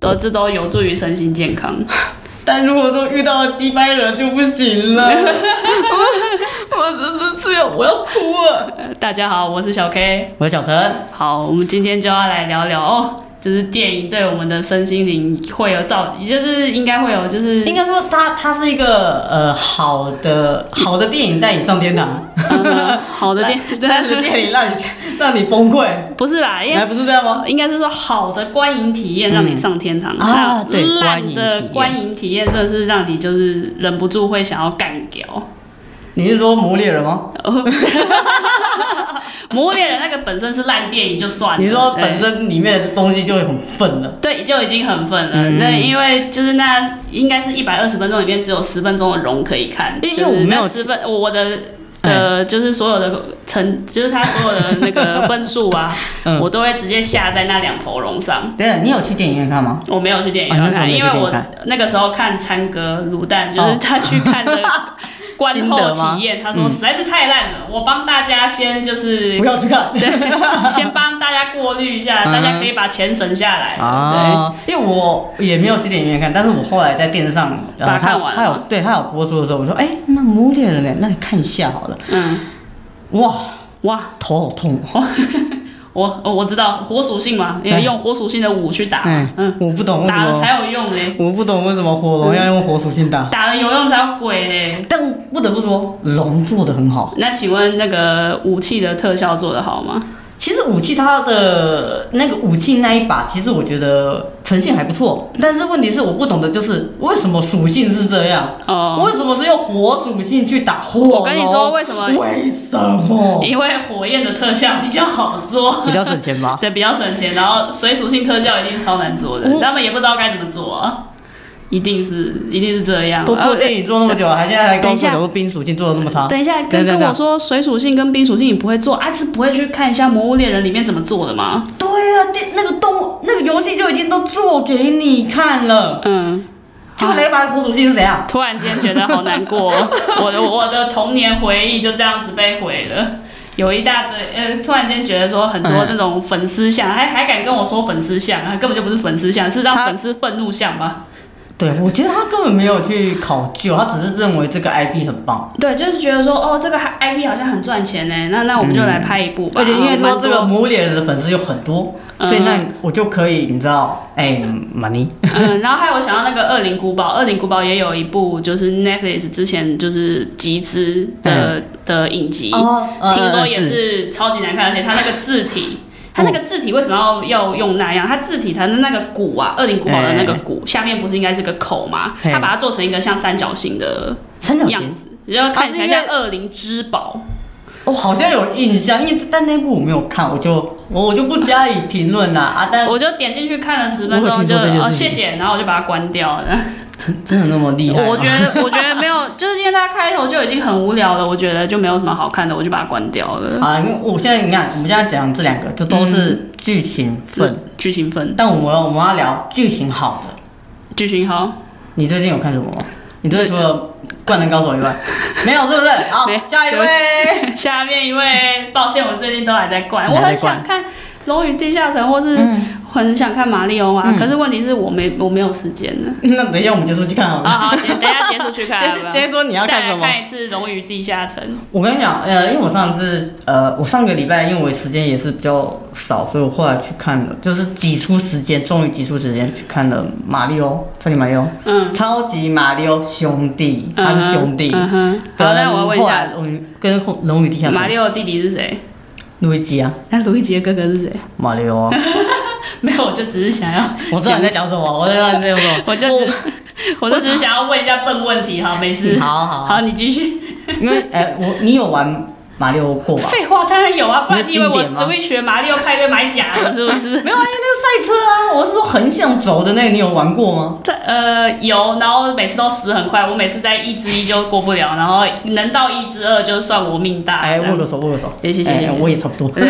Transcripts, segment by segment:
得这都有助于身心健康。 但如果说遇到鸡掰人就不行了， 我我真的是要我要哭了。呃大家好，我是小 K。我是小陈，好，我们今天就要来聊聊哦，就是电影对我们的身心灵会有造，也就是应该会有，就是应该说它它是一个呃好的好的电影带你上天堂，呃好 的电但是嗯电影让你让你崩溃，不是啦，因为哎不是这样吗？应该是说好的观影体验让你上天堂，嗯那啊对烂的观观影体验真的是让你就是忍不住会想要干掉。你是说魔猎人吗？魔物猎人那个本身是烂电影就算了，你说本对身里面的东西就会很愤的，对，就已经很愤了。嗯那、因为就是那应该是一百二十分钟里面只有十分钟的容可以看，因为就是我没有哎十分，我我的的、就是所有的成，就是他所有的那个分数啊， 嗯我都会直接下在那两头容上。等等，你有去电影院看吗？我没有去电影啊院那时候看，没因去为电影我看那个时候看参哥卤蛋，就是哦他去看 的观心后得吗体验，他说实在是太烂了，我帮大家先就是不要去看。 对，先帮大家过滤一下，嗯大家可以把钱省下来。对，啊，因为我也没有去电影院看，但是我后来在电视上，呃把它他看有完了他有吗对他有播出的时候，我说，哎、那《魔猎人》呢？那你看一下好了。嗯，哇，哇，头好痛哦。我哦我知道火属性嘛，因为对用火属性的五去打嘛嗯，嗯，我不懂为什打了么，才有用嘞，我不懂为什么火龙要用火属性打，打了有用才有鬼嘞。但不得不说，龙做的很好。那请问那个武器的特效做得好吗？其实武器它的那个武器那一把，其实我觉得呈现还不错，但是问题是我不懂的就是为什么属性是这样。哦，为什么是用火属性去打火龙？我跟你说为什么为什么？因为火焰的特效比较好做， 比较省钱吧？对，比较省钱，然后水属性特效一定是超难做的，嗯他们也不知道该怎么做啊，一定是一定是这样。都做啊电影做那么久了，还现在还等告一诉下我冰属性做的那么差。啊等一下，等跟一下跟我说水属性跟冰属性你不会做啊？是不会去看一下《魔物猎人》里面怎么做的吗？对啊，那那个动那个游戏就已经都做给你看了，嗯，结果雷把火属性是谁啊？突然间觉得好难过，哦 我的我的童年回忆就这样子被毁了。有一大堆，呃，突然间觉得说很多嗯那种粉丝像，还还敢跟我说粉丝像，啊，根本就不是粉丝像，是让他粉丝愤怒像吧？对，我觉得他根本没有去考究，他只是认为这个 IP 很棒。对，就是觉得说，哦，这个 IP 好像很赚钱呢，那那我们就来拍一部吧。哦而且因为蛮说多这个《魔物猎人》的粉丝有很多，嗯所以那我就可以，你知道，哎、马尼，嗯，然后还有我想到那个《恶灵古堡》，《恶灵古堡》也有一部就是 Netflix 之前就是集资的、的影集，哦听说也，是超级难看，而且它那个字体。它哦那个字体为什么要要用那样？它字体它的那个鼓啊，恶灵古堡的那个鼓、下面不是应该是个口吗？嗯嘿它把它做成一个像三角形的三角样形，子，然后看起来啊是像因为恶灵之堡。我好像有印象，因为但那部我没有看，我就我就不加以评论啦。啊，但我就点进去看了十分我有钟，听就说这件事情哦谢谢，然后我就把它关掉了。真的那么厉害吗？我觉得，我觉得没有，就是因为它开头就已经很无聊了，我觉得就没有什么好看的，我就把它关掉了。啊，因为我现在你看，我们现在讲这两个，就都是剧情粉，嗯剧情分，但我们我们要聊剧情好的。剧情好， 你最近有看什么吗？你最近除了《灌篮高手》以外， 没有是不是？好没，下一对不位。下面一位，抱歉，我最近都还在关，我你还很在灌想看《龙与地下城》，或是嗯很想看《马里奥》啊，可是问题是我没我没有时间了。 那等一下我们结束去看好啊，了。好，等等一下结束去看，好直不接好直接说你要再看什来么？看一次《龙与地下城》。我跟你讲，呃，因为我上次，呃，我上个礼拜因为我时间也是比较少，所以我后来去看了，就是挤出时间，终于挤出时间去看了《马里奥超级马里奥》嗯，超级马里奥兄弟，他是兄弟。嗯哼，嗯哼跟好，那我问一后下来，龙与跟《龙与地下城马》里奥的弟弟是谁？路易基啊，那卢易吉的哥哥是谁？ 马里奥啊。没有，我就只是想要，我知道你在讲什么，我知道你在讲什 么。我就只， 我就只是想要问一下笨问题哈，没事。哦嗯好好好，呃好，你继续。 因为哎、我你有玩马里奥过吧？废话，当然有啊，不然你以为那我是经典吗 Switch 马里奥派对买假的，是不是？ 没有啊，因为那个赛车啊，我是说横向轴的那个，你有玩过吗？对，呃，有，然后每次都死很快，我每次在一之一就过不了，然后能到一之二就算我命大。哎，这握样个手，握个手。谢谢谢谢哎我也差不多。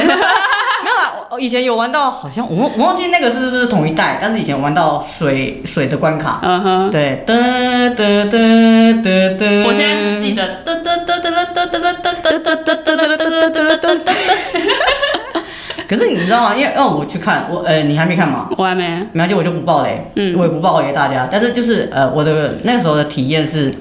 没有啦，我我以前有玩到，好像我忘我忘记那个是不是同一代，但是以前玩到水水的关卡。嗯哼。对，噔噔噔噔噔。我现在只记得嗯哒哒哒哒哒哒哒哒哒哒哒哒哒哒哒哒哒哒哒。可是你知道吗？因为让我去看，我呃，你还没看吗？我还没，啊没关系，我就不爆雷，嗯我也不爆雷大家。但是就是呃，我的那个时候的体验是，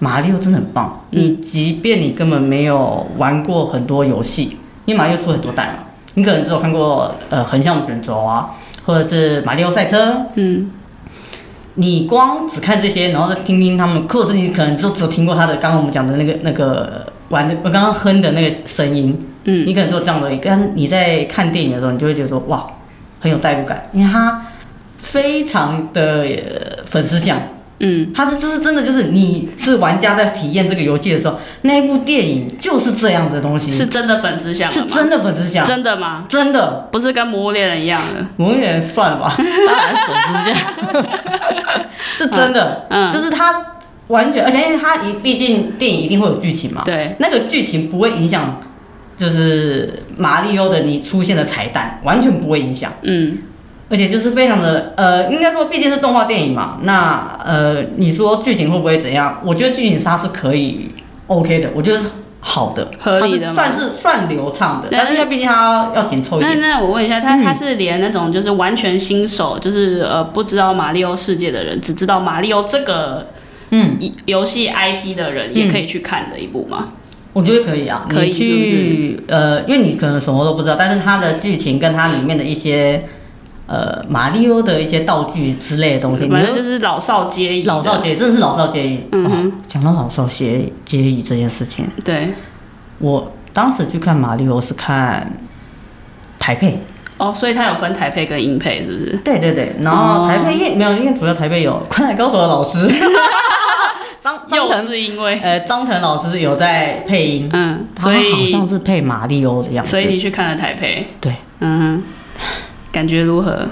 马里奥真的很棒。你即便你根本没有玩过很多游戏，因为马里奥出很多代嘛，你可能只有看过呃横向卷轴啊，或者是马里奥赛车。嗯，你光只看这些，然后再听听他们，或者是你可能就只有听过他的刚刚我们讲的那个那个玩的，我刚刚哼的那个声音，嗯，你可能做这样的，但是你在看电影的时候，你就会觉得说哇，很有代入感，因为他非常的、呃粉丝向，嗯，他是就是真的就是你是玩家在体验这个游戏的时候，那一部电影就是这样子的东西，是真的粉丝像嗯是了吗？真的粉丝向，真的吗？真的，不是跟《魔物猎人》一样的。我有点算了吧，当然粉丝向， 是真的，嗯就是他完全，而且因为他一毕竟电影一定会有剧情嘛，对，那个剧情不会影响，就是马里奥的你出现的彩蛋，完全不会影响。嗯而且就是非常的，呃，应该说毕竟是动画电影嘛，那呃，你说剧情会不会怎样？我觉得剧情它是可以 OK 的，我觉得是好的，合理的它是嘛算是算流畅的，对但是因为毕竟它要紧凑一那点，那我问一下，他嗯他是连那种就是完全新手，就是呃不知道马里奥世界的人，只知道马里奥这个嗯，游游戏 IP 的人，也可以去看的一部吗？我觉得可以啊，可以你去呃，因为你可能什么都不知道，但是它的剧情跟它里面的一些呃马里奥的一些道具之类的东西，你反就正就是老少皆宜的。老少皆宜，真的是老少皆宜。嗯哼哦讲到老少皆皆宜这件事情，对我当时去看马里奥是看台配，哦，所以他有分台配跟英配，是不是？对对对，然后哦台配因为没有，因为主要台配有《灌篮高手》的 老师张张又腾，是因为呃，张腾老师有在配音，嗯，他所好以像是配马里奥的样子。所以你去看了台配，对，嗯哼，感觉如何？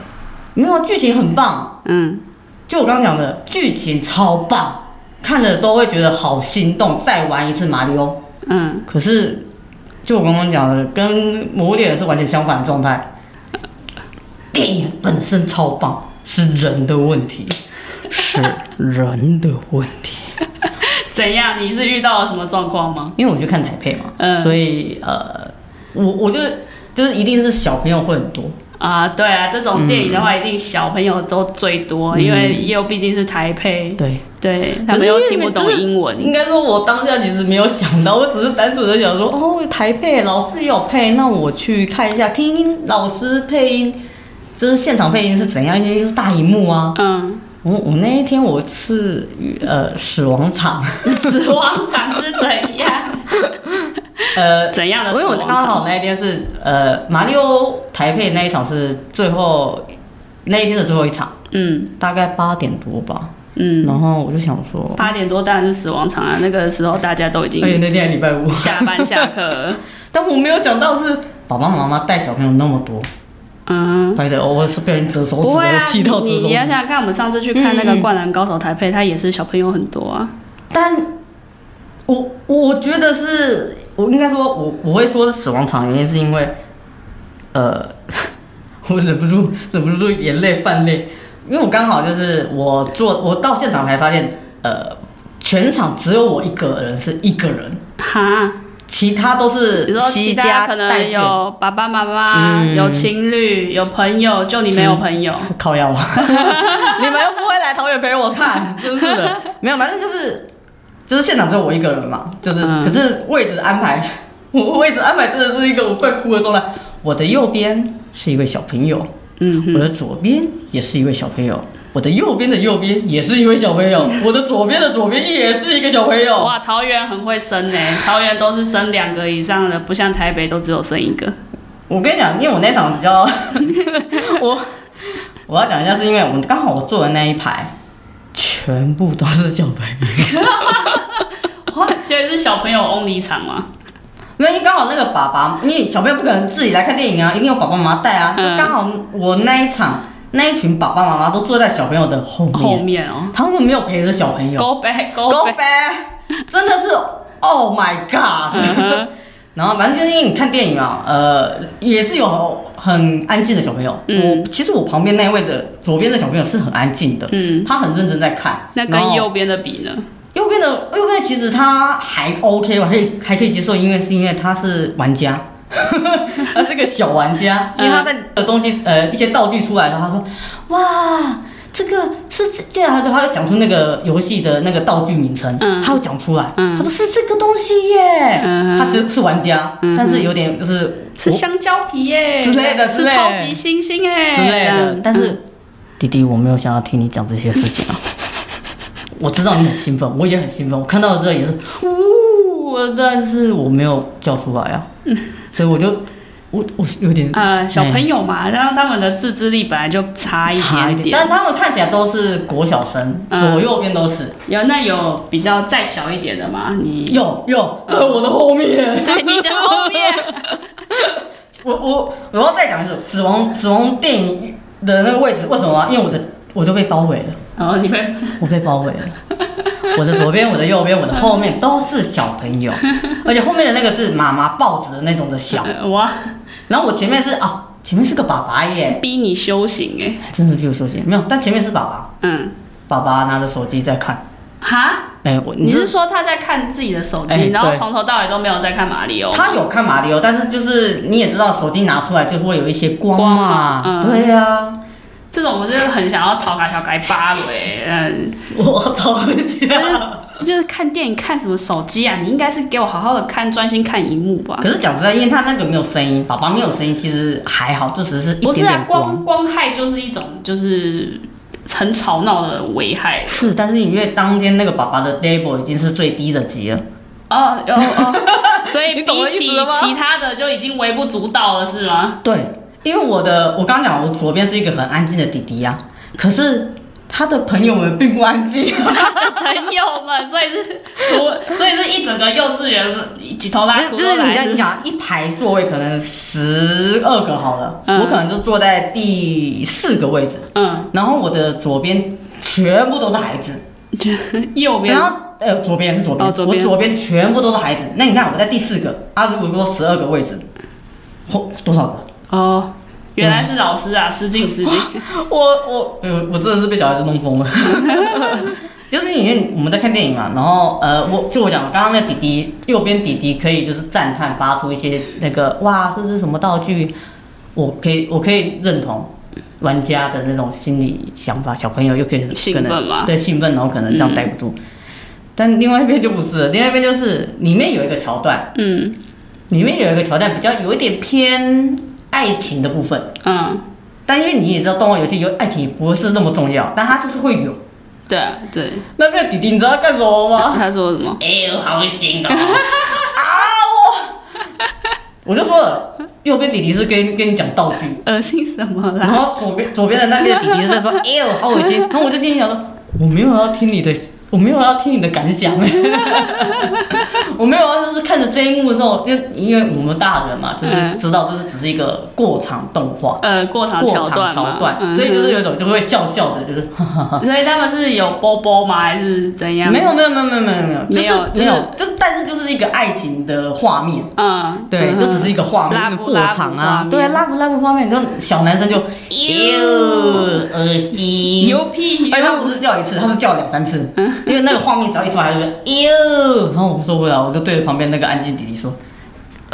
没有啊剧情很棒，嗯，就我刚刚讲的剧情超棒，看了都会觉得好心动，再玩一次马里奥。嗯， 可是，就我刚刚讲的，跟《魔物猎人》是完全相反的状态。电影本身超棒，是人的问题，是人的问题。怎样？你是遇到了什么状况吗？因为我去看台配嘛，嗯所以呃，我我就就是一定是小朋友会很多，啊，对啊，这种电影的话，一定小朋友都最多，因嗯为又毕竟是台配，对，对可他是们因为又听不懂英就是应文。该说，我当下其实没有想到，我只是单纯的想说，哦，台配老师有配，那我去看一下，听听老师配音，就是现场配音是怎样，因为是大荧幕啊。嗯，我我那一天我是呃死亡场，死亡场是怎 样？呃，怎样的因为死 我亡刚好场？那一天是呃马里奥台配那一场是最后那一天的最后一场，嗯大概八点多吧，嗯，然后我就想说，八点多当然是死亡场啊，那个时候大家都已而且经哎那天还礼拜五，下班下课了。 但我没有想到是爸爸妈妈带小朋友那么多。嗯，对对，哦我我是被人折手指，不会我啊，气你到折嗯你手你要指。想想看，我们上次去看那个《灌篮高手》台配，他也是小朋友很多啊。但我我觉得是，我应该说，我我会说是死亡场，原因是因为，呃， 我忍不住忍不住眼泪泛泪，因为我刚好就是我做我到现场才发现，呃，全场只有我一个人是一个人，哈，其他都是你说其他家可能带眷有爸爸妈妈、嗯有情侣、有朋友，就你没有朋友。 靠药啊！你们又不会来桃园陪我 看，真是的。没有，反正就是就是现场只有我一个人嘛，就是、嗯可是位置安排， 我位置安排真的是一个我快哭的状态。我的右边是一位小朋友，嗯哼我的左边也是一位小朋友，我的右边的右边也是一位小朋友，嗯我的左边的左边也是一个小朋友。哇，桃园很会生呢、桃园都是生两个以上的，不像台北都只有生一个。我跟你讲，因为我那场 比较，我我要讲一下，是因为我们刚好我坐的那一排全部都是小朋友。哇，所以是小朋友 only 场吗？没有，因为刚好那个爸爸，因为小朋友不可能自己来看电影啊，一定有爸爸妈妈带啊。就嗯刚好我那一场那一群爸爸妈妈都坐在小朋友的后面，后面哦他们没有陪着小朋友。 ，Go back，Go 狗 back，呗，真的是 Oh my God！、嗯哼然后反正就是因为你看电影嘛，呃，也是有很安静的小朋友。嗯我其实我旁边那一位的左边的小朋友是很安静的，嗯，他很认真在看。那然跟后哦右边的比呢？右边的右边的其实他还 OK，我还可以还可以接受，因为是因为他是玩家， 他是个小玩家，嗯因为他在的东西呃一些道具出来的时候，他说哇。这个是这，这样他就他就讲出那个游戏的那个道具名称，嗯他会讲出来，嗯他说是这个东西耶，嗯哼他是是玩家，嗯哼但是有点就是是香蕉皮耶之类的之是类的超级星星哎之类的。啊但嗯是弟弟，我没有想要听你讲这些事情啊。 我知道你很兴奋，我也很兴奋，我看到这也是呜，但是我没有叫出来啊，所以我就我我有点呃，小朋友友嘛，然后他们的自制力本来就差一嗯差一点点，但他们看起来都是国小生，嗯左右边都是，有那有比较再小一点的吗？你有有在我的后面，在你的后面， 我我我要再讲一次，死亡死亡电影的那个位置为什么啊？因为我的我就被包围了。然哦后你会我被包围了，我的左边、我的右边、我的后面都是小朋友，而且后面的那个是妈妈抱着的那种的小，呃哇然后我前面是啊，前面是个爸爸耶，逼你修行哎，真是比我休息没有，但前面是爸爸，嗯，爸爸拿着手机在看，哈，哎、我你是这说他在看自己的手哎机，然后对从头到尾都没有在看马里奥？他有看马里奥，但是就是你也知道，手机拿出来就会有一些光光嘛，嘛嗯对呀、这种我就是很想要讨改小改八尾，嗯，我超喜但欢。是就是看电影看什么手机啊？你应该是给我好好的看，专心看荧幕吧。可是讲实在，因为他那个没有声音，爸爸没有声音，其实还好，就只是一不是点啊点，光。光光害就是一种就是很吵闹的危害。是，但是因为当天那个爸爸的 level 已经是最低的级了，哦，有哦， 所以你懂我比意起思了吗其他的就已经微不足道了，是吗？对，因为我的我刚刚讲，我左边是一个很安静的弟弟呀、可是他的朋友们并不 安静，朋友 们，所以是除，所以是一整个幼稚园几头拉就骨是都你来在，讲一排座位可能十二个好了，嗯我可能就坐在第四个位置，嗯，然后我的左边全部都是孩子，右边然后呃左边是左边，哦左我边左边全部都是孩子，那你看我在第四个，啊如果说十二个位置，嚯多少个？哦，原来是老师啊，失敬失敬，我我呃，我真的是被小孩子弄疯了。 就是因为我们在看电影嘛，然后呃，我就我讲刚刚那弟弟右边弟弟可以就是赞叹发出一些那个哇这是什么道具，我可以我可以认同玩家的那种心理想法，小朋友又可以 兴可能奋嘛对兴奋，然后可能这样待不住。但另外一边就不是了，另外一边就是里面有一个桥段，嗯里面有一个桥段比较有一点偏爱情的部分，嗯，但因为你也知道，动画游戏有爱情不是那么重要，但它就是会有。对啊对，那边的弟弟，你知道他干什么吗？他说什么？哎呦，好恶心哦！ 啊，哦我我就说了，右边弟弟是跟跟你讲道具，恶心什么然啦？后左边左边的那边的弟弟是 在说，哎呦，好恶心。然后我就心里想说，我没有要听你的，我没有要听你的感 想。我没有要就是看着这一幕的时候，就因为我们大人嘛，就是嗯知道这是只是一个过场动画。呃，过场过桥场段桥嘛，段，嗯所以就是有一种就会笑笑的，就是哈哈哈。所以他们是有波波吗？还是怎样？没有，没有没有没有没有没有没有就是没有，就是但是就是一个爱情的画面，嗯，对，嗯这只是一个画面，拉一布个过场拉啊，布对，拉不拉不方面，就小男生就哟恶心。牛屁，哎，他不是叫一次，他是叫两三次，嗯因为那个画面只要一出来，就是哟，然后我受不了，我就对着旁边那个安静弟弟说：“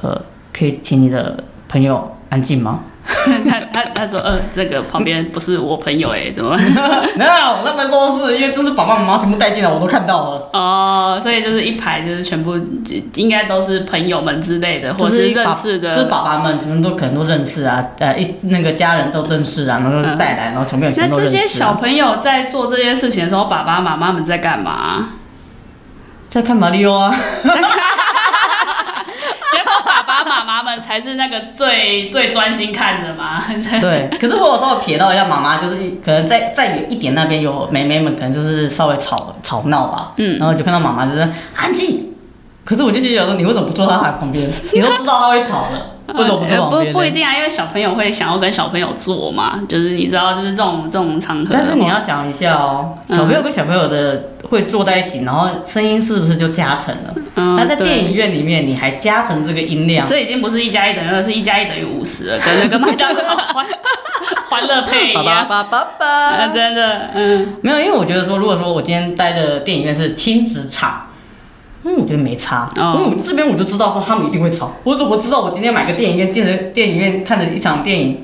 呃，可以请你的朋友安静吗？” 他他他说，呃，这个旁边不是我朋友哎，怎么办？ 没有，那么多是因为就是爸爸妈妈全部带进来，我都看到了。哦，所以就是一排，就是全部应该都是朋友们之类的，或就是是一认把识的。就是爸爸们全部都可能都认识啊，呃，一那个家人都认识啊，然后就带来，然后小朋友嗯那全部都这认识、啊些小朋友在做这些事情的时候，爸爸妈妈们在干嘛？ 在看马里奥啊，结果爸爸妈妈们才是那个最最专心看的 嘛。对。可是我有时候瞥到一下妈妈，就是可能在再远一点那边有妹妹们，可能就是稍微吵吵闹吧，嗯，然后就看到妈妈就是安静，可是我就心想说，你为什么不坐到他旁边？你都知道他会吵 了，为什么呃不坐旁边呢？不不一定啊，因为小朋友会想要跟小朋友做嘛，就是你知道，就是这种这种场合。但是你要想一下哦，嗯小朋友跟小朋友的会坐在一起，然后声音是不是就加成了？嗯，那在对电影院里面，你还加成这个音量，这已经不是一加一等于二，是一加一等于五十了，跟那个麦当劳欢欢乐配一叭叭样。叭叭啊，叭。真的，嗯，没有，因为我觉得说，如果说我今天待的电影院是亲子场，嗯，我觉得没差，哦因为我这边我就知道说他们一定会吵。我怎么知道我今天买个电影院进了电影院看的一场电影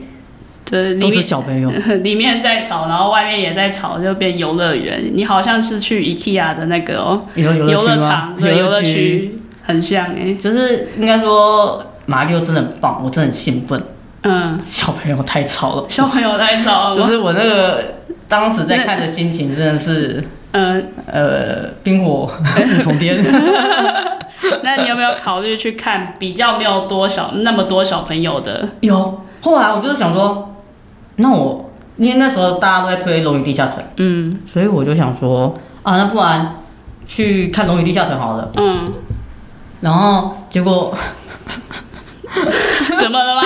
这里都是面小朋友？里面在吵，然后外面也在吵，就变游乐园。你好像是去 IKEA 的那个哦，你说游游乐乐区吗场？对游乐区，区很像哎、就是应该说马六真的很棒，我真的很兴奋。 嗯，小朋友太吵了，小朋友在吵，就是我那个当时在看的心情真的是嗯，呃冰 火五重天。那你有没有考虑去看比较没有多小那么多小朋友的？有，后来我就是想说，那我因为那时候大家都在推《龙与地下城》，嗯所以我就想说啊，那不然去看《龙与地下城》好了。 嗯，然后结果怎么了吗？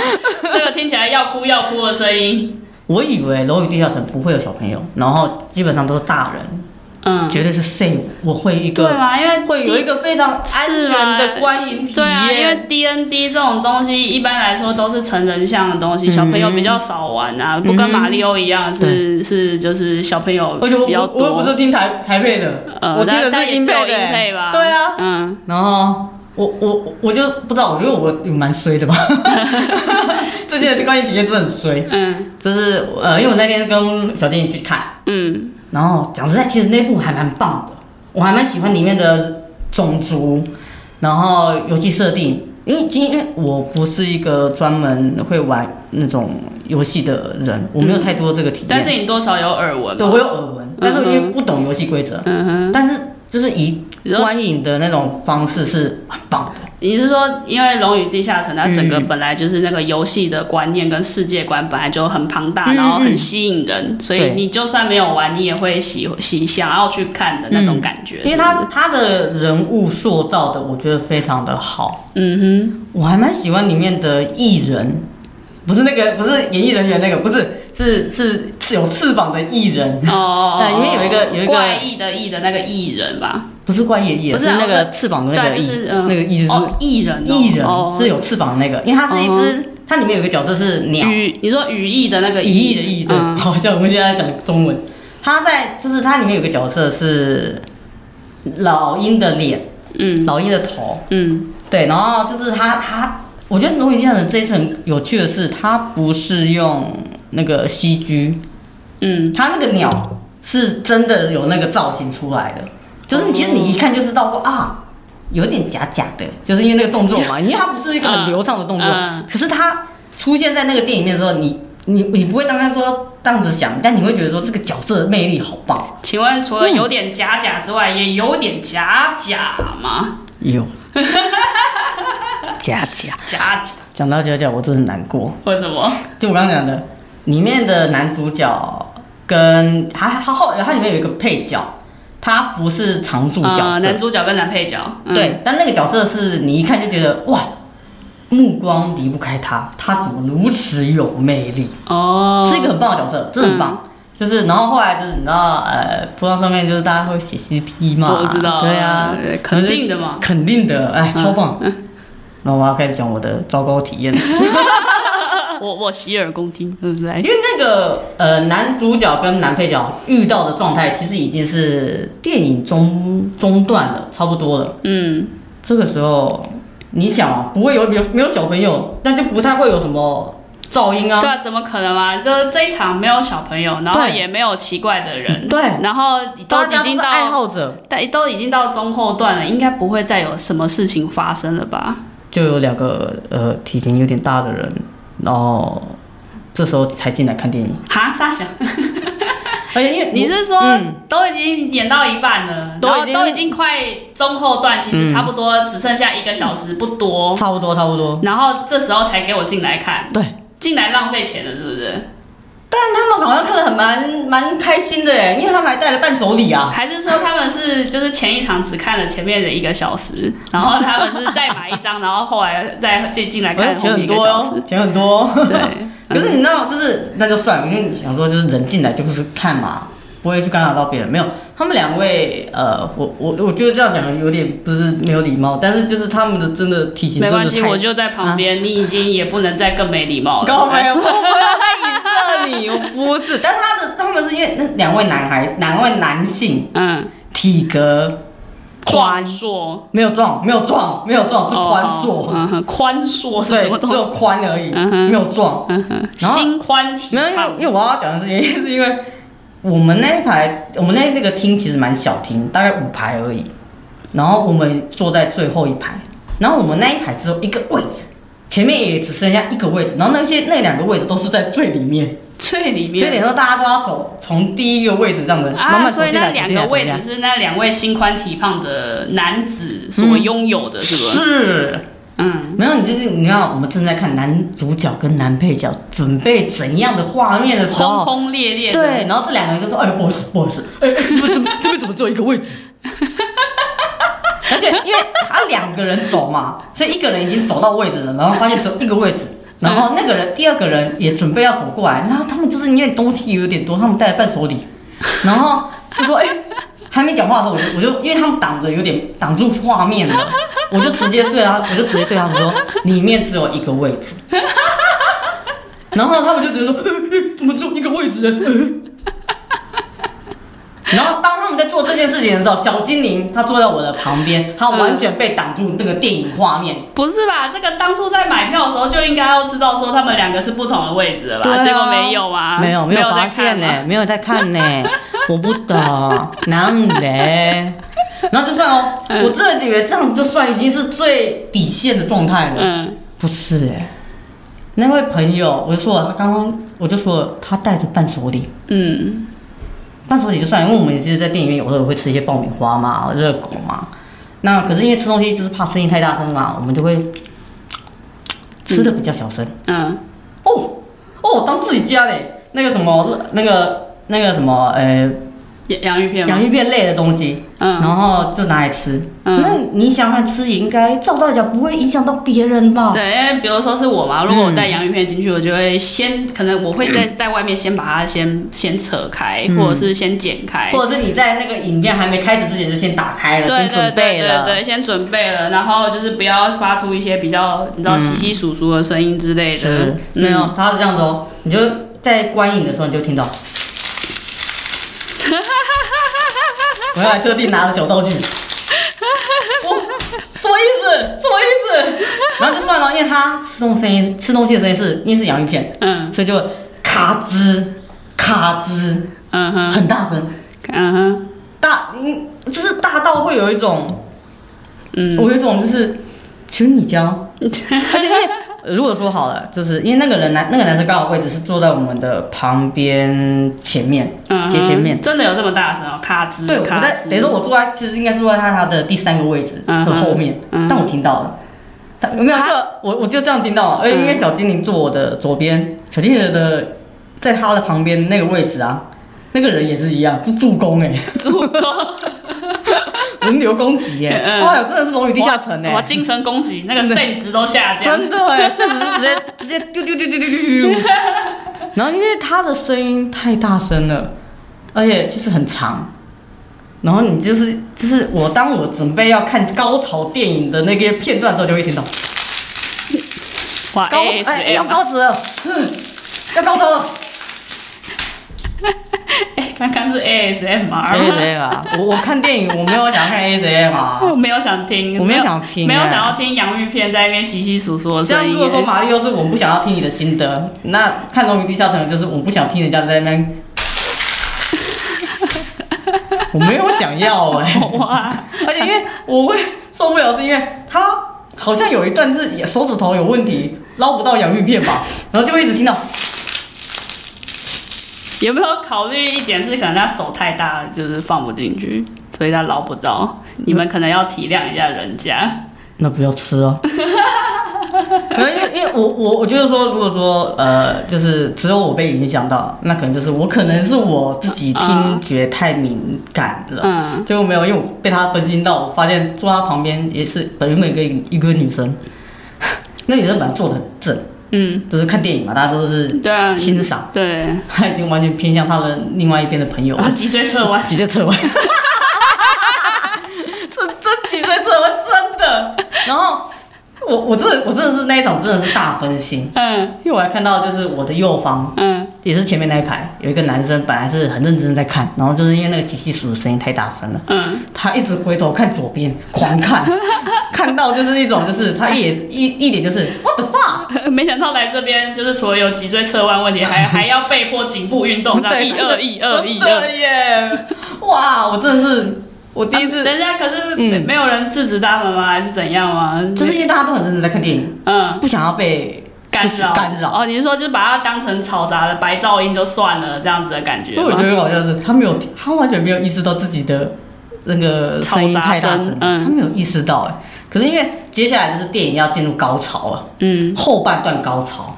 这个听起来要哭要哭的声音。我以为《龙与地下城》不会有小朋友，然后基本上都是大人，嗯，绝对是 safe。我会一对啊个嘛，因为会有一个非常安是全吗的观影体验。对啊，因为 D N D 这种东西一般来说都是成人向的东西，小朋友比较少玩啊，不跟马里奥一样是是就是小朋友而且我比较我我又不多。是听台台配的，呃我听的但但是也英只有配的、英配吧对啊，嗯，然后我我我就不知道，我觉得我有蛮衰的吧， 这些观影体验真的很衰，嗯就是呃，因为我那天跟小电影去看，嗯然后讲实在，其实那部还蛮棒的，我还蛮喜欢里面的种族，然后游戏设定。因为今因为我不是一个专门会玩那种游戏的人，我没有太多这个体验。但是你多少有耳闻对嘛？我有耳闻，嗯但是因为不懂游戏规则，但是就是以观影的那种方式是很棒的。你是说，因为《龙与地下城》它整个嗯本来就是那个游戏的观念跟世界观本来就很庞大，嗯然后很吸引人，所以对你就算没有玩，你也会喜喜想要去看的那种感觉。因为是他不是他的人物塑造的，我觉得非常的好，嗯我还蛮喜欢里面的艺人，不是那个不是演艺人员那个，不是是是是有翅膀的艺人，哼， 哦，呃对因为有一个有一个怪异的异的那个艺人吧，不是怪演艺人，不是啊那个翅膀的那对，个就艺，是嗯，那个艺是哦艺人哦，艺人哦是有翅膀的那个，因为他是一只，它里面有一个角色是鸟，羽，你说羽翼的那个语义的义，对，嗯好像我们现在讲中文。他在就是它里面有个角色是老鹰的脸，嗯老鹰的头，嗯对，然后就是他他，我觉得《龙与地下城》这一次很有趣的是，他不是用那个 CG，嗯，他那个鸟是真的有那个造型出来的，就是你其实你一看就知道说啊。有点假假的，就是因为那个动作 嘛，因为它不是一个很流畅的动作，嗯可是它出现在那个电影面的时候，你你你不会当他说这样子想，但你会觉得说这个角色的魅力好棒。请问除了有点假假之外，也有点假假吗？有，假假。假假讲到假假，我真的很难过。为什么？就我刚刚讲的，里面的男主角跟他他后他里面有一个配角，他不是常驻角呃色，男主角跟男配角，嗯，对，但那个角色是你一看就觉得哇，目光离不开他，他怎么如此有魅力？哦，嗯是一个很棒的角色，真的很棒。就是，然后后来就是你知道，呃，波浪上面就是大家会写 CP 嘛，哦我知道，对啊，呃肯定的嘛，嗯肯定的，哎，超棒。那、我要开始讲我的糟糕体验了， 我我洗耳恭听，嗯，来因，为那个呃男主角跟男配角遇到的状态，其实已经是电影中中段了，差不多了。嗯这个时候，你想啊，不会有没有没有小朋友，那就不太会有什么噪音啊对，啊，怎么可能嘛？这这一场没有小朋友，然后对也没有奇怪的人，对，然后都大家已经是到爱好者，但都已经到中后段了，应该不会再有什么事情发生了吧？就有两个呃体型有点大的人，然后这时候才进来看电影， 哈，沙想，而且因为你我是说、嗯都已经演到一半了，都然后已经嗯都已经快中后段，其实差不多只剩下一个小时不多，差不多差不多，然后这时候才给我进来看，对，进来浪费钱了，是不是？但他们好像看得很蛮蛮开心的哎，因为他们还带了伴手礼啊。还是说他们是就是前一场只看了前面的一个小时，然后他们是再买一张，然后后来再进进来 哎看后钱面很一个多小哦时，。钱很多哦。对， 可是你知道，就是那就算了，因为你想说就是人进来就是看嘛，不会去干扰到别人。没有，他们两位，呃，我我我觉得这样讲有点不是没有礼貌，但是就是他们的真的体型没真的关系，太啊我就在旁边，你已经也不能再更没礼貌了。高没有，我不要再影射你，我不是。但他的他们是因为那两位男孩，两位男性嗯，体格宽宽，硕没有壮，没有壮，没有壮，是宽哦硕，嗯哼，宽硕是什么对，东只西？有宽而已，嗯哼没有壮。嗯哼，然后心宽体没有，因为胖因为我要讲的是原因 是因为我们那一排，我们那那个厅其实蛮小厅，大概五排而已。然后我们坐在最后一排，然后我们那一排只有一个位置，前面也只剩下一个位置。然后那些那两个位置都是在最里面，最里所以等于面说大家都要走从第一个位置这样的慢啊，慢走所以进那来，两走进个来，走位进来置。是那两位心宽体胖的男子所拥有的，是不是？是，嗯，没有你就是你看，我们正在看男主角跟男配角准备怎样的画面的时候轰，轰烈烈的，对，然后这两个人就说：“哎，不好意思，不好意思，哎，哎怎么怎么这边怎么只有一个位置？”而且因为他两个人走嘛，所以一个人已经走到位置了，然后发现只有一个位置，然后那个人第二个人也准备要走过来，然后他们就是因为东西有点多，他们带了伴手礼，然后就说：“哎。”还没讲话的时候，我就我就因为他们挡着有点挡住画面了，我就直接对他，我就直接对他们说，里面只有一个位置。然后他们就觉得说，呃呃怎么只有一个位置呢？呃然后当他们在做这件事情的时候，小精灵他坐在我的旁边，他完全被挡住那个电影画面。不是吧？这个当初在买票的时候就应该要知道说他们两个是不同的位置了吧？结果没有啊，啊没有没没有发在看啊现呢、吗没有在看呢、我不懂，难嘞。 然后就算哦，嗯我真的以为这样就算已经是最底线的状态了。嗯，不是哎、那位朋友，我就说了他刚刚我就说了他带着伴手礼，嗯，伴手礼就算了，因为我们也就是在电影院有时候会吃一些爆米花嘛、热狗嘛。那可是因为吃东西就是怕声音太大声嘛，我们就会吃的比较小声。嗯，哦哦，当自己家嘞，那个什么那个那个什么呃洋洋芋片吗洋？芋片类的东西，嗯，然后就拿来吃。嗯那你想想吃也应该照道理讲不会影响到别人吧？对，因为比如说是我嗯嘛，如果我带洋芋片进去，我就会先，可能我会在在外面先把它先先扯开，或者是先剪开，嗯或者是你在那个影片还没开始之前就先打开了，对先对准对备对了。对，先准备了，然后就是不要发出一些比较你知道稀稀疏疏的声音之类的，嗯是嗯没有，他是这样子哦，你就在观影的时候你就听到。 我还特地拿着小道 具。我什么意思？什么意思？然后就算了，因为他吃东西声音，吃东西的声音是因为是洋芋片，嗯所以就咔吱咔吱，嗯哼很大声，嗯哼大嗯，就是大到会有一种，嗯，我有一种就是，请你 教。而且因为呃如果说好了，就是因为那个人男那个男生刚好位置是坐在我们的旁边前面，嗯斜前面。真的有这么大声哦，咔吱对，我咔在吱，等于说我坐在其实应该坐在他他的第三个位置嗯和后面，嗯但我听到了。他没有，就我我就这样听到了，而且因为嗯小精灵坐我的左边，小精灵的在他的旁边那个位置啊，那个人也是一样，是助攻哎、助攻， 轮流攻击哎、嗯哇，真的是龙与地下城 哎、我精神攻击，那个 sense 都下降， 真的哎，确实是直接直接丢丢丢丢丢丢丢。 然后因为他的声音太大声了，而且其实很长。然后你就是就是我当我准备要看高潮电影的那个片段之后，就会听到哇高哎要 ASM，高潮了，嗯，要高潮 了。哎，刚刚是 A ASMR。 Z 啊，我我看电影我没有想看 A Z 啊。我没有想听，我没有想听没有哎想要听洋芋片在那边稀稀疏疏的声像音。如果说马里奥是我们不想要听你的心得，那看《龙与地下城》就是我不想听人家在那边， 我没有想要哎、 哇，而且因为我会受不了，是因为他好像有一段是手指头有问题，捞不到洋芋片 吧，然后就会一直听到，有没有考虑一点是可能他手太大，就是放不进去，所以他捞不到。你们可能要体谅一下人家。 那不要吃啊，没有，因为因为我我我觉得说，如果说呃，就是只有我被影响到，那可能就是我可能是我自己听觉太敏感了，嗯，结果没有，因为我被他分心到，我发现坐他旁边也是本原本一个一个女生， 那女生本来坐的很正，嗯，就是看电影嘛，大家都是 对啊，欣赏，对，她已经完全偏向她的另外一边的朋友然，后脊椎侧 弯，啊脊椎侧弯，这这脊椎侧弯真的，然后。我我真的我真的是那一场真的是大分心，嗯因为我还看到就是我的右方嗯也是前面那一排有一个男生，本来是很认真在看，然后就是因为那个稀稀疏疏声音太大声了，嗯， 他一直回头看左边，狂看，看到就是一种就是他一眼一一脸就是 what the fuck，没想到来这边就是除了有脊椎侧弯问题，还还要被迫颈部运动，这样对一二一二一二。对耶，哇，我真的是我第一次，人家啊可是没没有人制止他们吗？还是怎样吗？嗯就是因为大家都很认真在看电影，嗯，不想要被干就是扰干扰。哦，你是说就是把它当成嘈杂的白噪音就算了这样子的感觉因为我吗觉？得好像是他没有，他完全没有意识到自己的那个声音太大嘈杂声声，嗯他没有意识到哎、可是因为接下来就是电影要进入高潮啊了，嗯后半段高潮，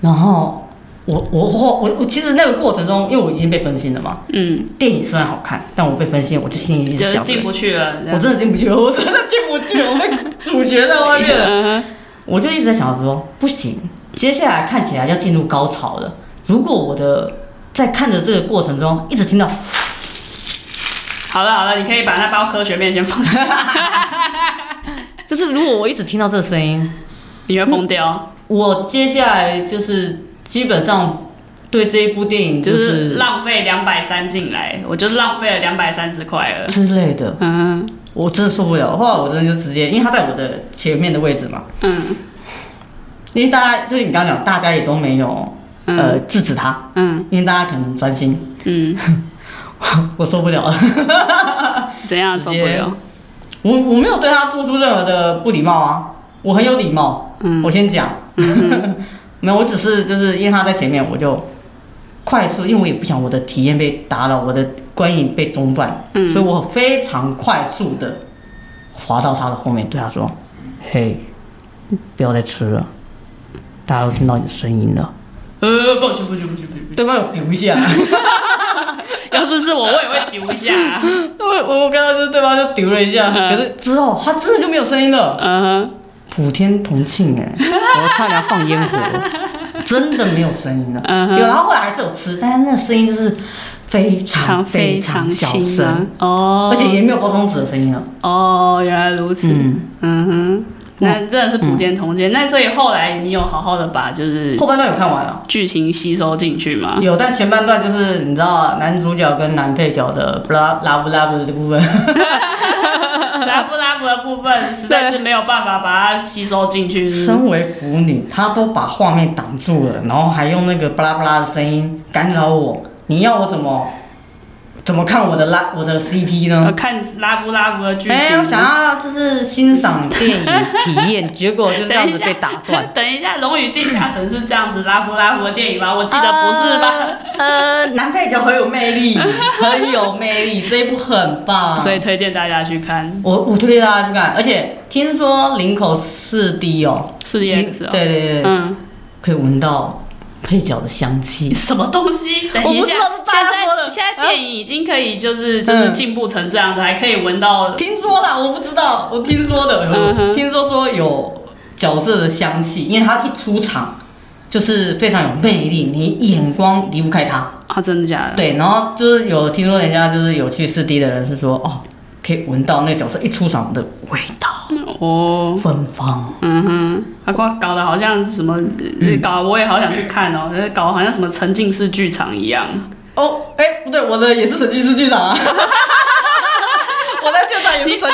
然后我我我我我其实那个过程中，因为我已经被分心了嘛，嗯，电影虽然好看，但我被分心，我就心里一就直是想着进，不去了。这样我真的进不去， 我真的进不 去，我被主角在外面了。嗯我就一直在想着说，不行，接下来看起来要进入高潮了。如果我的在看着这个过程中一直听到，好了好了，你可以把那包科学面先放下， 就是如果我一直听到这个声音，你会疯掉，我接下来就是基本上对这一部电影就就是是浪费两百三进来，我就是浪费了两百三十块了。之类的，嗯我真的受不了。后来我真的就直接，因为他在我的前面的位置嘛，嗯因为大家就是你刚刚讲，大家也都没有呃制止他，嗯因为大家可能专心， 嗯，我受不了了。怎样受不了？我我没有对他做出任何的不礼貌啊，我很有礼貌。嗯我先讲， 没有，我只是就是因为他在前面，我就快速，因为我也不想我的体验被打扰，我的观影被中断，嗯所以我非常快速的滑到他的后面，对他说：“嘿，不要再吃了，大家都听到你的声音了。呃，不行不行不行不行，”对方有丢 一下，要是是我，我也会丢一下。啊 我我我刚刚就是对方就丢了一下，可是之后他真的就没有声音了。嗯普天同 庆哎、我差点要放烟火，真的没有声音了。嗯哼有，然后后来还是有吃，但是那个声音就是非常常非非常常小轻啊声，。哦，而且也没有包装纸的声音了。啊哦，原来如此。嗯，嗯哼，那真的是普天同庆。那所以后来你有好好的把就是后半段有看完了，剧情吸收进去吗？有，但前半段就是你知道男主角跟男配角的不拉拉不拉不的部嗯分，嗯拉布拉布的部分实在是没有办法把它吸收进去。是不是身为腐女，她都把画面挡住了，然后还用那个巴拉巴拉的声音干扰我，你要我怎么怎么看我的拉我的 CP 呢？呃看拉布拉布的剧情。哎、我想要就是欣赏电影体验，结果就这样子被打断。等一下，《龙与地下城》是这样子拉布拉布的电影吗？我 记得不是吧？呃，男配角很有魅力，很有魅力，这一部很棒。所以推荐大家去看我我推荐大家去看，而且听说林口四 D 哦， 《四 D 林 X》哦。对对对，嗯，可以闻到配角的 香气。什么东西？等一我不下知道是，现大家说在的现在电影已经可以就是就是嗯进步成这样子，还可以闻到听说啦，我不知道，我听说的，嗯哼我听说说有角色的香气，因为他一出场就是非常有魅力，你眼光离不开他。啊，真的假的？对，然后就是有听说人家就是有去四 D 的人是说，哦，可以闻到那个角色一出场的味道，哦，芬芳。嗯哼，啊，搞搞得好像什么，嗯呃搞得我也好想去看哦， 呃搞得好像什么沉浸式剧场一样。 哦，哎、不对，我的也是神经师剧场啊，我在现场也是神经师，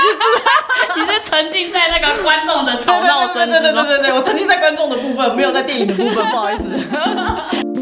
你是沉浸在那个观众的吵闹对声对对之对对中。对对，我沉浸在观众的部分，没有在电影的部分，不好意思。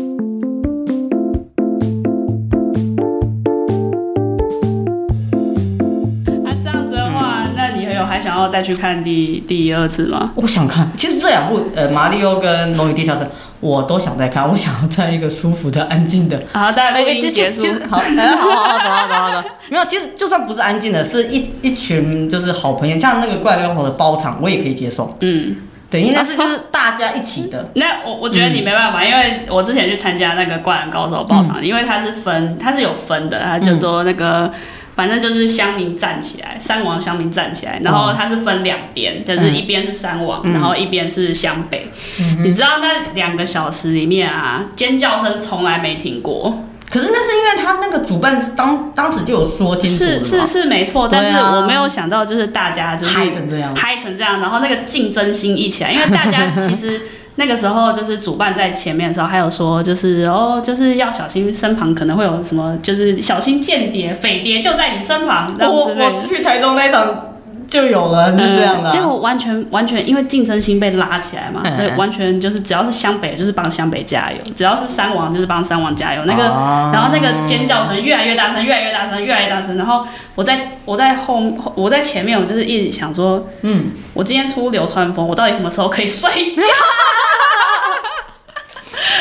啊，这样子的话，那你有还想要再去看第第二次吗？我想看，其实这两部呃，《马里奥》跟《龙与地下城》，我都想再看，我想要在一个舒服的、安静的好，大家录音哎其实结束其。实好，哎，好好好，走好走好走。没有，其实就算不是安静的，是一一群就是好朋友，像那个怪六号的包场，我也可以接受。嗯，对，因为那次就是大家一起 的，那我我觉得你嗯没办法，因为我之前去参加那个《灌篮高手》爆场，因为它是分，它是有分的，它叫做那个。嗯反正就是乡民站起来，三王乡民站起来，然哦后它是分两边，就是一边是三王，嗯然后一边是湘北。你知道那两个小时里面啊，尖叫声从来没停过，可是那是因为他那个主办当当时就有说清楚了是嘛是是没错，对啊但是我没有想到就是大家就是嗨成这样，嗨成这样，然后那个竞争心一起来，因为大家其实那个时候就是主办在前面的时候，还有说就是哦，就是要小心身旁可能会有什么，就是小心间谍、匪谍就在你身旁，这样我之类的我。去台中那一场就有了，是这样嗯的、啊。结果完全完全因为竞争心被拉起来嘛，嗯所以完全就是只要是湘北就是帮湘北加油，只要是三王就是帮三王加油。那个，啊然后那个尖叫声越来越大声，越来越大声，越来越大声。然后我在我在后我在前面，我就是一直想说，嗯，我今天出流川枫，我到底什么时候可以睡 觉？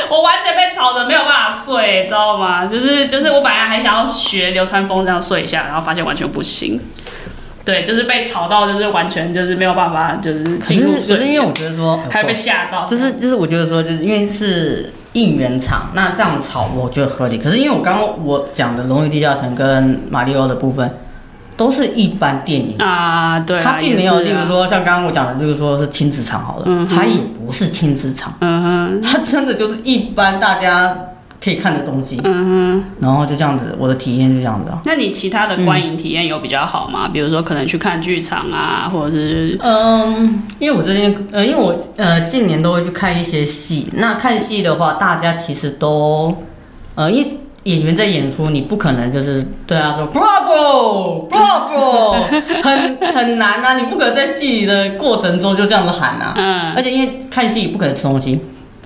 我完全被吵得没有办法睡，知道吗？就是就是，我本来还想要学流川枫这样睡一下，然后发现完全不行。对，就是被吵到，就是完全就是没有办法，就是可进入是可睡是因为眠，我觉得说，哎还被吓到。就是就是我觉得说，就是因为是应援场，那这样吵我觉得合理。可是因为我刚刚我讲的《龙与地下城》跟《马里奥》的部分，都是一般电影。啊，对啊，它并没有，也例是啊如，说像刚刚我讲的，例如说是亲子场好了，嗯哼它也不是亲子场，嗯哼，它真的就是一般大家可以看的东西，嗯哼。然后就这样子，我的体验就这样子啊。那你其他的观影体验有比较好吗？比如说可能去看剧场啊，或者是嗯，因为我最近，呃，因为我呃近年都会去看一些戏。那看戏的话，大家其实都，呃，因为演员在演出，你不可能就是对他说 “bravo bravo”，很很难啊，你不可能在戏里的过程中就这样子喊啊。嗯而且因为看戏不可能吃东西，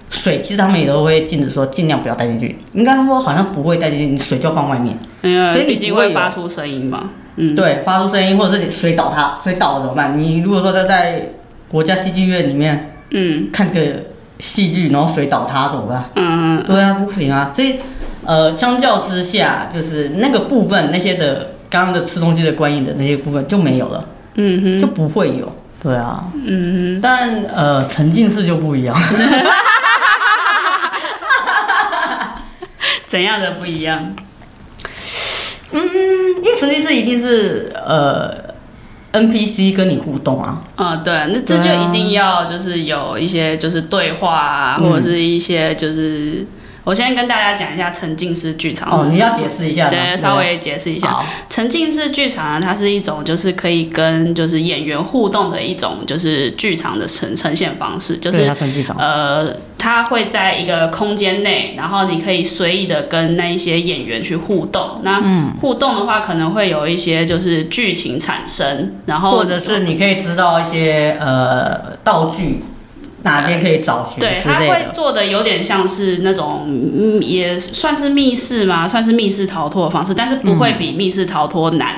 水其实他们也都会禁止说尽量不要带进去。应该说好像不会带进去，你水就放外面。嗯，所以你毕竟不会会有发出声音嘛，嗯，对，发出声音，或者是你水倒它，水倒了怎么办？你如果说在在国家戏剧院里面嗯看个戏剧，然后水倒它怎么办？嗯 对啊，不行啊。所以，呃，相较之下，就是那个部分那些的刚刚的吃东西的观影的那些部分就没有了，嗯哼就不会有。对啊，嗯但呃，沉浸式就不一样。哼，怎样的不一样？嗯，因为沉浸式一定是呃 NPC 跟你互动啊。啊、对，那这就一定要就是有一些就是对话啊，嗯或者是一些就是，我先跟大家讲一下沉浸式剧场哦，你要解释一下吗。对，稍微解释一下好。沉浸式剧场啊，它是一种就是可以跟就是演员互动的一种就是剧场的呈呈现方式，就对是它分剧场。呃，它会在一个空间内，然后你可以随意的跟那一些演员去互动。那嗯互动的话，可能会有一些就是剧情产生，然后或者是你可以知道一些呃道具哪边可以找寻对，之他类会的。做的有点像是那种，嗯，也算是密室嘛，算是密室逃脱的方式，但是不会比密室逃脱难。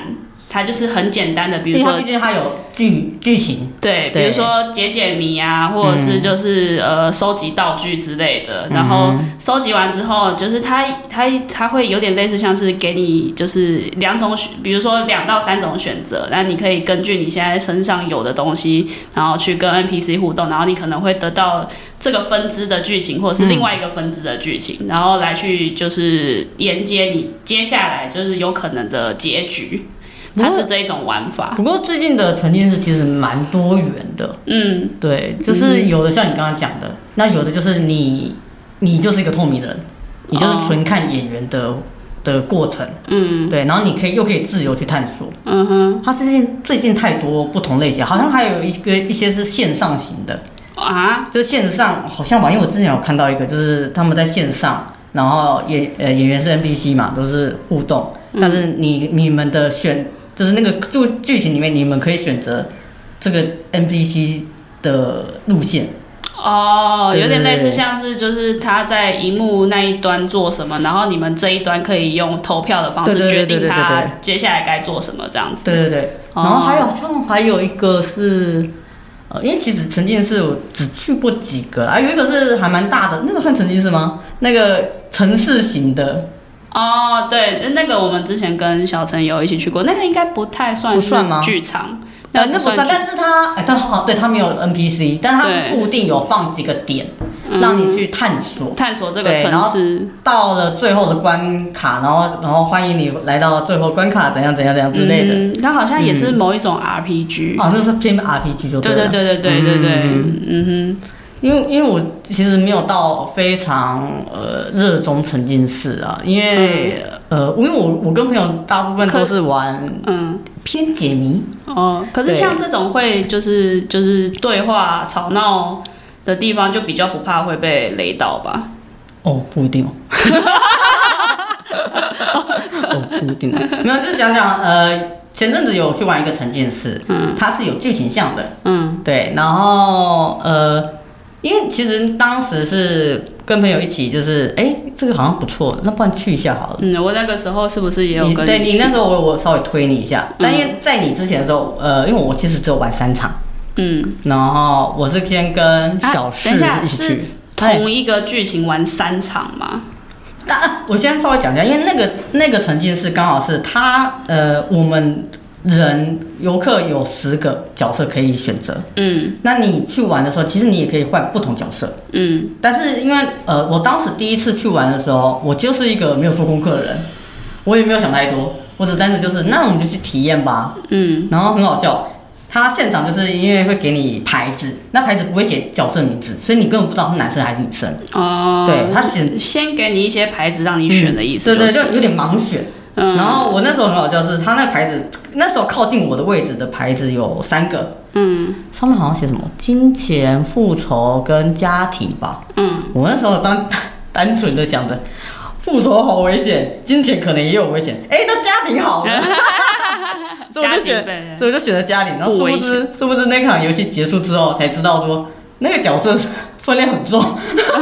它就是很简单的，比因如为它说毕竟它有剧剧情，对，比对如说解解谜啊，或者是就是、呃收集道具之类的。然后收集完之后，就是它它它会有点类似像是给你就是两种选，比如说两到三种选择，那你可以根据你现在身上有的东西，然后去跟 NPC 互动，然后你可能会得到这个分支的剧情，或者是另外一个分支的剧情，然后来去就是连接你接下来就是有可能的结局。它是这一种玩法，不过最近的沉浸式其实蛮多元的，嗯，对，就是有的像你刚刚讲的，那有的就是你你就是一个透明人，你就是纯看演员的的过程，哦嗯，对，然后你可以又可以自由去探索，嗯哼，它最近最近太多不同类型，好像还有一个一些是线上型的，啊，就线上好像吧，因为我之前有看到一个，就是他们在线上，然后演呃演员是 NPC 嘛，都是互动，但是你你们的选就是那个剧剧情里面，你们可以选择这个 NPC 的路线，哦，对有点类对似对像是就是他在荧幕那一端做什么，然后你们这一端可以用投票的方式对对决对定对对他对接下来该做什么这样子。对对对，哦然后还有像还有一个是。呃，因为其实沉浸式我只去过几个啊，有一个是还蛮大的，那个算沉浸式吗？那个城市型的，哦，对，那个我们之前跟小陈有一起去过，那个应该不太算不是算吗剧场，呃，那不不算，剧但是它，哎，它好，对，它没有 NPC，但是它是对嗯固定有放几个点，让你去探索。探索这个对然城后市。到了最后的关卡，然后然后欢迎你来到最后关卡，怎样怎样怎样之类的。嗯，它好像也是某一种 RPG。啊，那是偏 RPG 就对了。嗯对对对对对对，嗯因为因为我其实没有到非常呃热衷沉浸式啊，因为、嗯呃，因为我我跟朋友大部分可都是玩哼，嗯，偏解谜，哦，可是对像这种会就是就是对话吵闹的地方，就比较不怕会被雷到吧？哦，不一定 哦。哦，不一定哦。没有，就是讲讲呃，前阵子有去玩一个沉浸式，嗯，它是有剧情向的，嗯，对，然后呃，因为其实当时是跟朋友一起，就是哎，这个好像不错，那不然去一下好了。嗯，我那个时候是不是也有你跟对你去那时候我我稍微推你一下，但嗯因为在你之前的时候，呃，因为我其实只有玩三场，嗯然后我是先跟小啊事等一下一起是去。对同一个剧情玩三场嘛？但啊我先稍微讲一下，因为那个那个沉浸式刚好是他呃，我们人游客有十个角色可以选择，嗯那你去玩的时候，其实你也可以换不同角色，嗯但是因为呃，我当时第一次去玩的时候，我就是一个没有做功课的人，我也没有想太多，我只单纯就是那我们就去体验吧，嗯然后很好笑，他现场就是因为会给你牌子，那牌子不会写角色名字，所以你根本不知道是男生还是女生。哦，对他选先给你一些牌子让你选的意思、嗯对就对，是，就有点盲选。嗯，然后我那时候很好笑是，他那个牌子，那时候靠近我的位置的牌子有三个，嗯上面好像写什么金钱、复仇跟家庭吧。嗯我那时候单单纯的想着。复仇好危险，金钱可能也有危险。哎、那家庭 好了，所以我家就庭呗选，所以我就选了家庭。然后不殊危不知，殊不知那场游戏结束之后才知道说那个角色分量很重，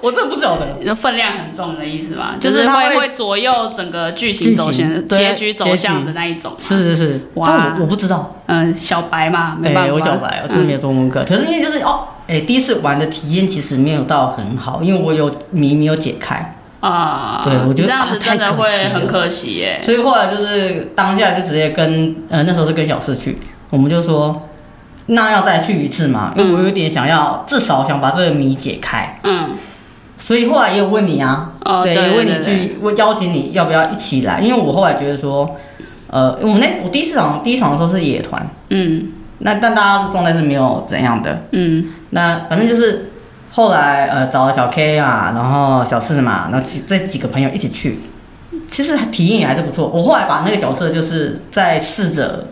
我真的不晓得。就分量很重的意思嘛，就是是它会会会左右整个剧剧情情走向、对结局走结向局的那一种。是是是，哇但我我不知道，嗯，小白嘛，没哎、办法，嗯我小白，我真的没有做功课。可是因为就是哦，哎、第一次玩的体验其实没有到很好，因为我有谜没有解开，啊、对我觉得这样子啊太真的可会惜了很可惜耶。所以后来就是当下就直接跟呃那时候是跟小四去，我们就说那要再去一次嘛，因为我有点想要至少想把这个谜解开。嗯，所以后来也有问你啊，哦，对，也对问你对去，我邀请你要不要一起来，因为我后来觉得说，呃，我们那我第一次场第一场的时候是野团，嗯那但大家的状态是没有怎样的，嗯那反正就是后来呃找了小 K 啊，然后小四嘛，然后几这几个朋友一起去，其实体验也还是不错。我后来把那个角色就是在试着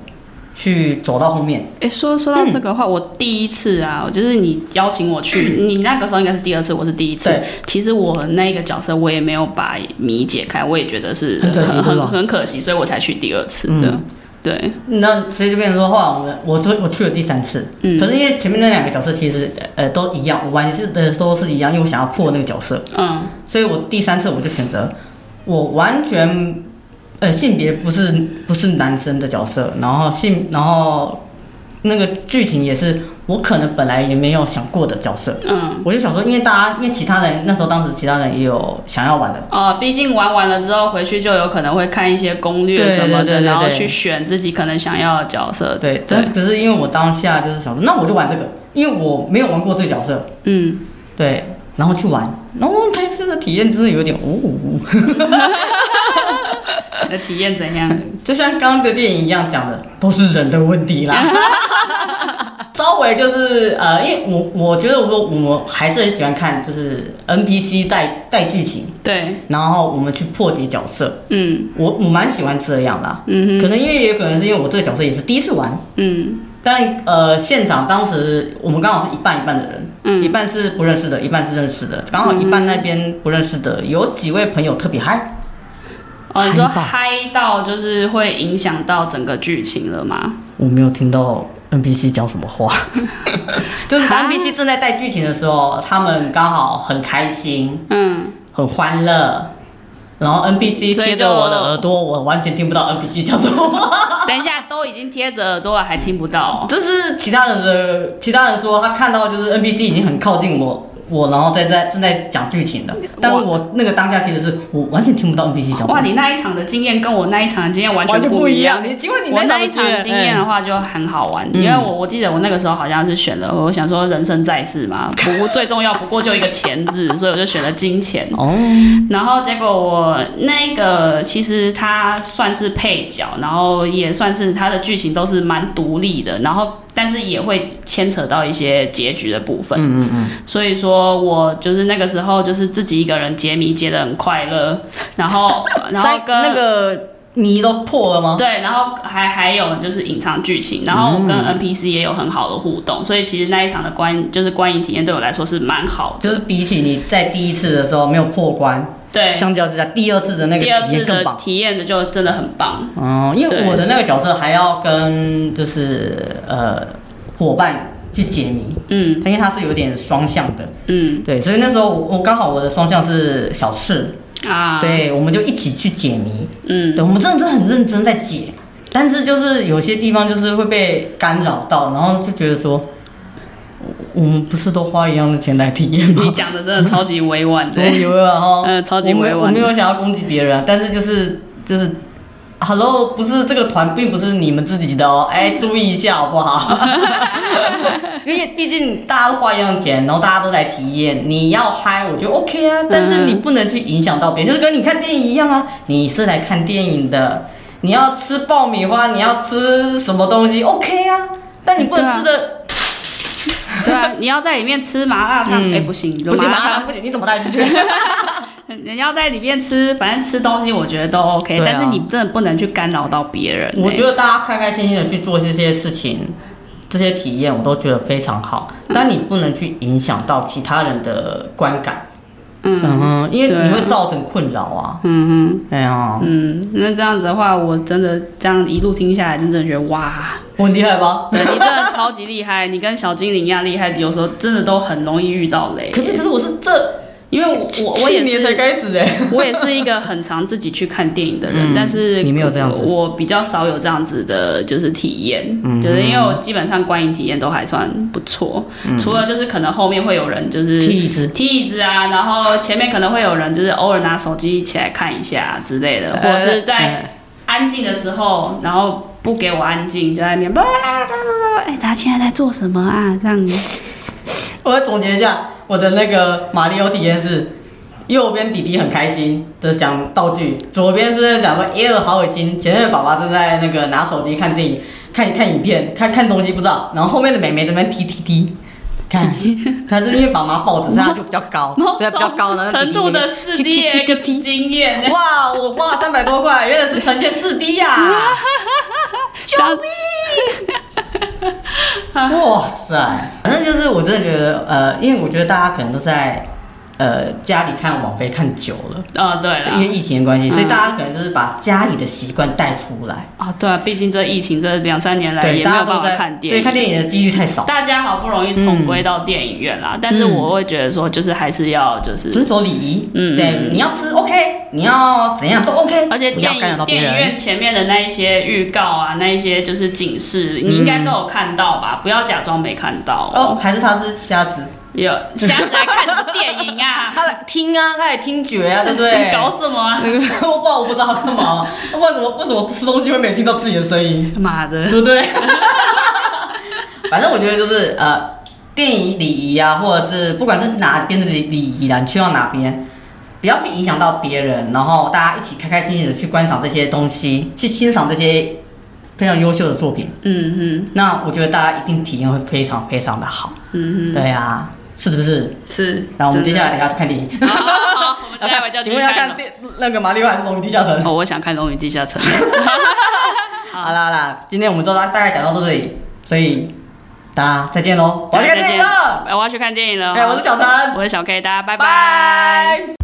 去走到后面，哎、说说到这个话，我第一次啊，我就是你邀请我去，你那个时候应该是第二次，我是第一次对。其实我那个角色我也没有把谜解开，我也觉得是很可惜对吧嗯很很可惜，所以我才去第二次的。对，那所以就变成说，后来我们我说我去了第三次，嗯可是因为前面那两个角色其实呃都一样，我玩是的都是一样，因为我想要破那个角色，嗯所以我第三次我就选择我完全呃性别不是不是男生的角色，然后性然后那个剧情也是我可能本来也没有想过的角色，嗯。我就想说，因为大家因为其他人那时候当时其他人也有想要玩的，哦，毕竟玩完了之后回去就有可能会看一些攻略对什么的，对对对然后对去选自己可能想要的角色。对，对但，是可是因为我当下就是想说，那我就玩这个，因为我没有玩过这个角色。嗯， 对，然后去玩，然后那次的体验真的有点哦，你的体验怎样？就像刚刚的电影一样讲的，都是人的问 题啦。稍微就是呃，因为我我觉得我说我还是很喜欢看就是 NPC 带带剧情，对，然后我们去破解角色，嗯我我蛮喜欢这样啦。嗯可能因为也有可能是因为我这个角色也是第一次玩，嗯但呃，现场当时我们刚好是一半一半的人，嗯一半是不认识的，一半是认识的。刚好一半那边不认识的，有几位朋友特别嗨，哦，你说嗨吧嗨到就是会影响到整个剧情了吗？我没有听到 NPC 讲什么话， 就是当 NPC 正在带剧情的时候，他们刚好很开心、嗯，很欢乐，然后 NPC 所以贴着就我的耳朵，我完全听不到 NPC 讲什么 话。等一下，都已经贴着耳朵了，还听不到、哦这是其他人的，其他人说他看到就是 NPC 已经很靠近我，我，然后再在正在讲剧情的，但哇我那个当下其实是我完全听不到 NPC 讲哇，话，你那一场的经验跟我那一场的经验完完全全不一一样。。你请问你我那嗯一一场经验哦的话就很好玩，因为我我记得我那个时候好像是选了，我想说人生在世嘛，不过最重要不过就一个钱字，所以我就选了金钱。哦，然后结果我那个其实他算是配角，然后也算是他的剧情都是蛮独立的，然后但是也会牵扯到一些结局的部分。嗯嗯嗯。所以说我就是那个时候就是自己一个人解谜解的很快乐，然 后然后塞跟哎那个谜都破了吗？对，然后还还有就是隐藏剧情，然后我嗯跟 NPC 也有很好的互动，所以其实那一场的观就是观影体验对我来说是蛮好的。就是比起你在第一次的时候没有破关，对，相较之下，第二次的那个第二体次验更的棒。体验的就真的很棒。哦，因为对我的那个角色还要跟就是呃伙伴去解谜，嗯因为它是有点双向的，嗯对，所以那时候我我刚好我的双向是小事，啊，对，我们就一起去解谜，嗯，对，我们真的是很认真在解，但是就是有些地方就是会被干扰到，然后就觉得说，我我们不是都花一样的钱来体验吗你？讲的真的超级委婉的我。有啊哈，嗯超级我没委有婉我没有想要攻击别人啊，但是就是就是，Hello，不是这个团，并不是你们自己的哦， 哎，注意一下好不好？ 因为毕竟大家都花一样钱，然后大家都来体验，你要嗨，我觉得 OK 嗯啊，但是你不能去影响到别人，就是跟你看电影一样啊，你是来看电影的，你要吃爆米花，你要吃什么东西 OK 啊，但你不能吃的， 对啊，你要在里面吃麻辣烫，哎、不行，嗯不行，麻麻辣辣烫不行，你怎么带进去？ 你要在里面吃，反正吃东西我觉得都 OK，、对啊但是你真的不能去干扰到别人、哎我觉得得大家开开心心的去做这些事情，这些体验我都觉得非常好。但你不能去影响到其他人的观感，嗯哼，因为你会造成困扰啊。嗯哼，哎呀，嗯，那这样子的话，我真的这样一路听下来，真的觉得哇，我很厉害吧？ 对你真的超级厉害，你跟小精灵一样厉害，有时候真的都很容易遇到雷。可是可是我是这，因为我我我也去年才是开始哎、我也是一个很常自己去看电影的人，嗯但是你没有这样子我我比较少有这样子的，就是体验，就是因为我基本上观影体验都还算不错，除了就是可能后面会有人就是踢椅子，嗯踢椅子啊，然后前面可能会有人就是偶尔拿手机起来看一下之类的，或者是在哎安静的时候，然后不给我安静，就在那边叭叭叭叭叭，哎，他现在在做什么啊？这样子，我要总结一下我的那个马里奥体验是。右边弟弟很开心的讲道具，左边是在讲说耶，好恶心。前面的爸爸正在那个拿手机看电影，看看影片，看看东西不知道。然后后面的妹妹在那边踢踢踢，看，她是因为爸妈抱着，所以她就比较 高，哦所以她比较高，然后程度的四 D 踢踢踢踢 X 经验，哇，我花了三百多块，原来是呈现四 D 呀！救命！哇塞，反正就是我真的觉得，呃，因为我觉得大家可能都在呃家里看网飞看久了。啊，嗯对因为了，疫情的关系，所以大家可能就是把家里的习惯带出来。啊，对啊，毕竟这疫情这两三年来对，也没有大家办都法在看电对影，看电影的几率太少，大家好不容易重归到电影院嗯啦，但是我会觉得说，就是还是要就是遵守礼仪。嗯对，你要吃 OK，你要怎样都 OK，而且不电要干扰影到电别影人。院前面的那一些预告啊，那一些就是警示，你应该都有看到吧？不要假装没看到嗯哦，。还是他是瞎子，有瞎子来看什么电影啊？他来听啊，他来听觉 啊，对不 对嗯你？搞什么啊？我不知道，我不知道他干嘛，为什么为什么吃东西会没听到自己的声音，妈的！对不对？反正我觉得就是呃，电影礼仪啊，或者是不管是哪边的礼礼仪啦，你去到哪边，不要去影响到别人，然后大家一起开开心心的去观赏这些东西，去欣赏这些非常优秀的作品。嗯嗯那我觉得大家一定体验会非常非常的好。嗯嗯，对啊，是不是？是。然后我们接下来真等一的下去看电影。好好，好我 们待会就要请去问要看看了。电那个马里奥还是《龙与地下城》？ 哦，我想看《龙与地下城》。好啦好啦，今天我们就大大概讲到这里，所以大家 再见喽！我要去看电影了。哎我要去看电影了。哎、我是小陈，我是小 K，大家拜拜。拜。